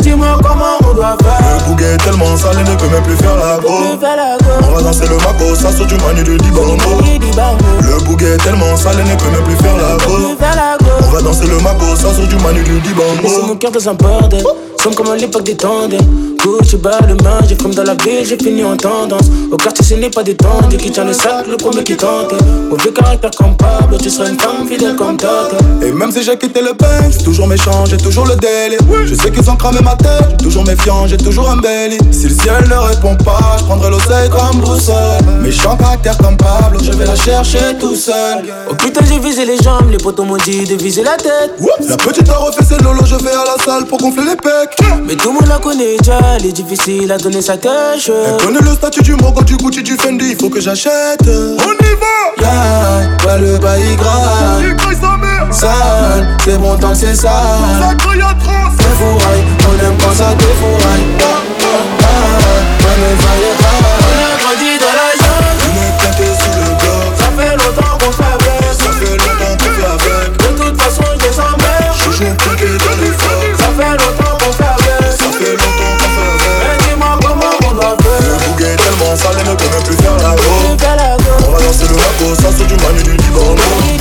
dis-moi comment on doit faire. Le bouquet est tellement sale, il ne peut même plus faire la go. Je fais la On go. va danser le mago, ça saute du manu du dibango. Il dit bango. Le bouquet est tellement sale, il ne peut même plus faire la Je go. fais la On go. va danser le mago, ça saute du manu du Et c'est mon dibango. cœur dans un bordel Somme comme à l'époque des tendelles Couche, bas le main, j'ai comme dans la ville, j'ai fini en tendance Au quartier ce n'est pas des tendres Qui tient le sac, le premier qui tente Mauvais caractère comme Pablo, tu seras une femme fidèle comme Tata Et même si j'ai quitté le pain, c'est toujours méchant, j'ai toujours le délire. Je sais qu'ils ont cramé ma tête, j'ai toujours méfiant, j'ai toujours un belly. Si le ciel ne répond pas, je prendrai l'oseille comme boussole. Méchant caractère comme Pablo, je vais la chercher tout seul. Oh putain j'ai visé les jambes, les potos m'ont dit de viser la tête La petite a refait ses lolos, je vais à la salle pour gonfler les pecs. Mais tout le monde la connaît déjà, elle est difficile à donner sa tâche Elle connaît le statut du Mogo, du Gucci, du Fendi, il faut que j'achète. On y va! Yeah, ouais, le bail grave. Sale, c'est bon tant que c'est sale. Ça défouraille, on aime quand ça défouraille. Ah, ah, ouais, mais vaillez, On ah. a grandi dans la jungle. Une étincelle sous le bloc, Ça fait longtemps qu'on ça s'abaisse. fait longtemps qu'on fait avec. De toute façon, je les emmerde. Toujours piqué dans les flocs, Ça fait longtemps qu'on s'abaisse. ça fait longtemps qu'on fait avec. Mais dis-moi comment on doit faire. Le bouquet est tellement sale, elle ne peut même plus faire la go. Je fais la On go. va lancer le mago, ça c'est du manu du dibango. Il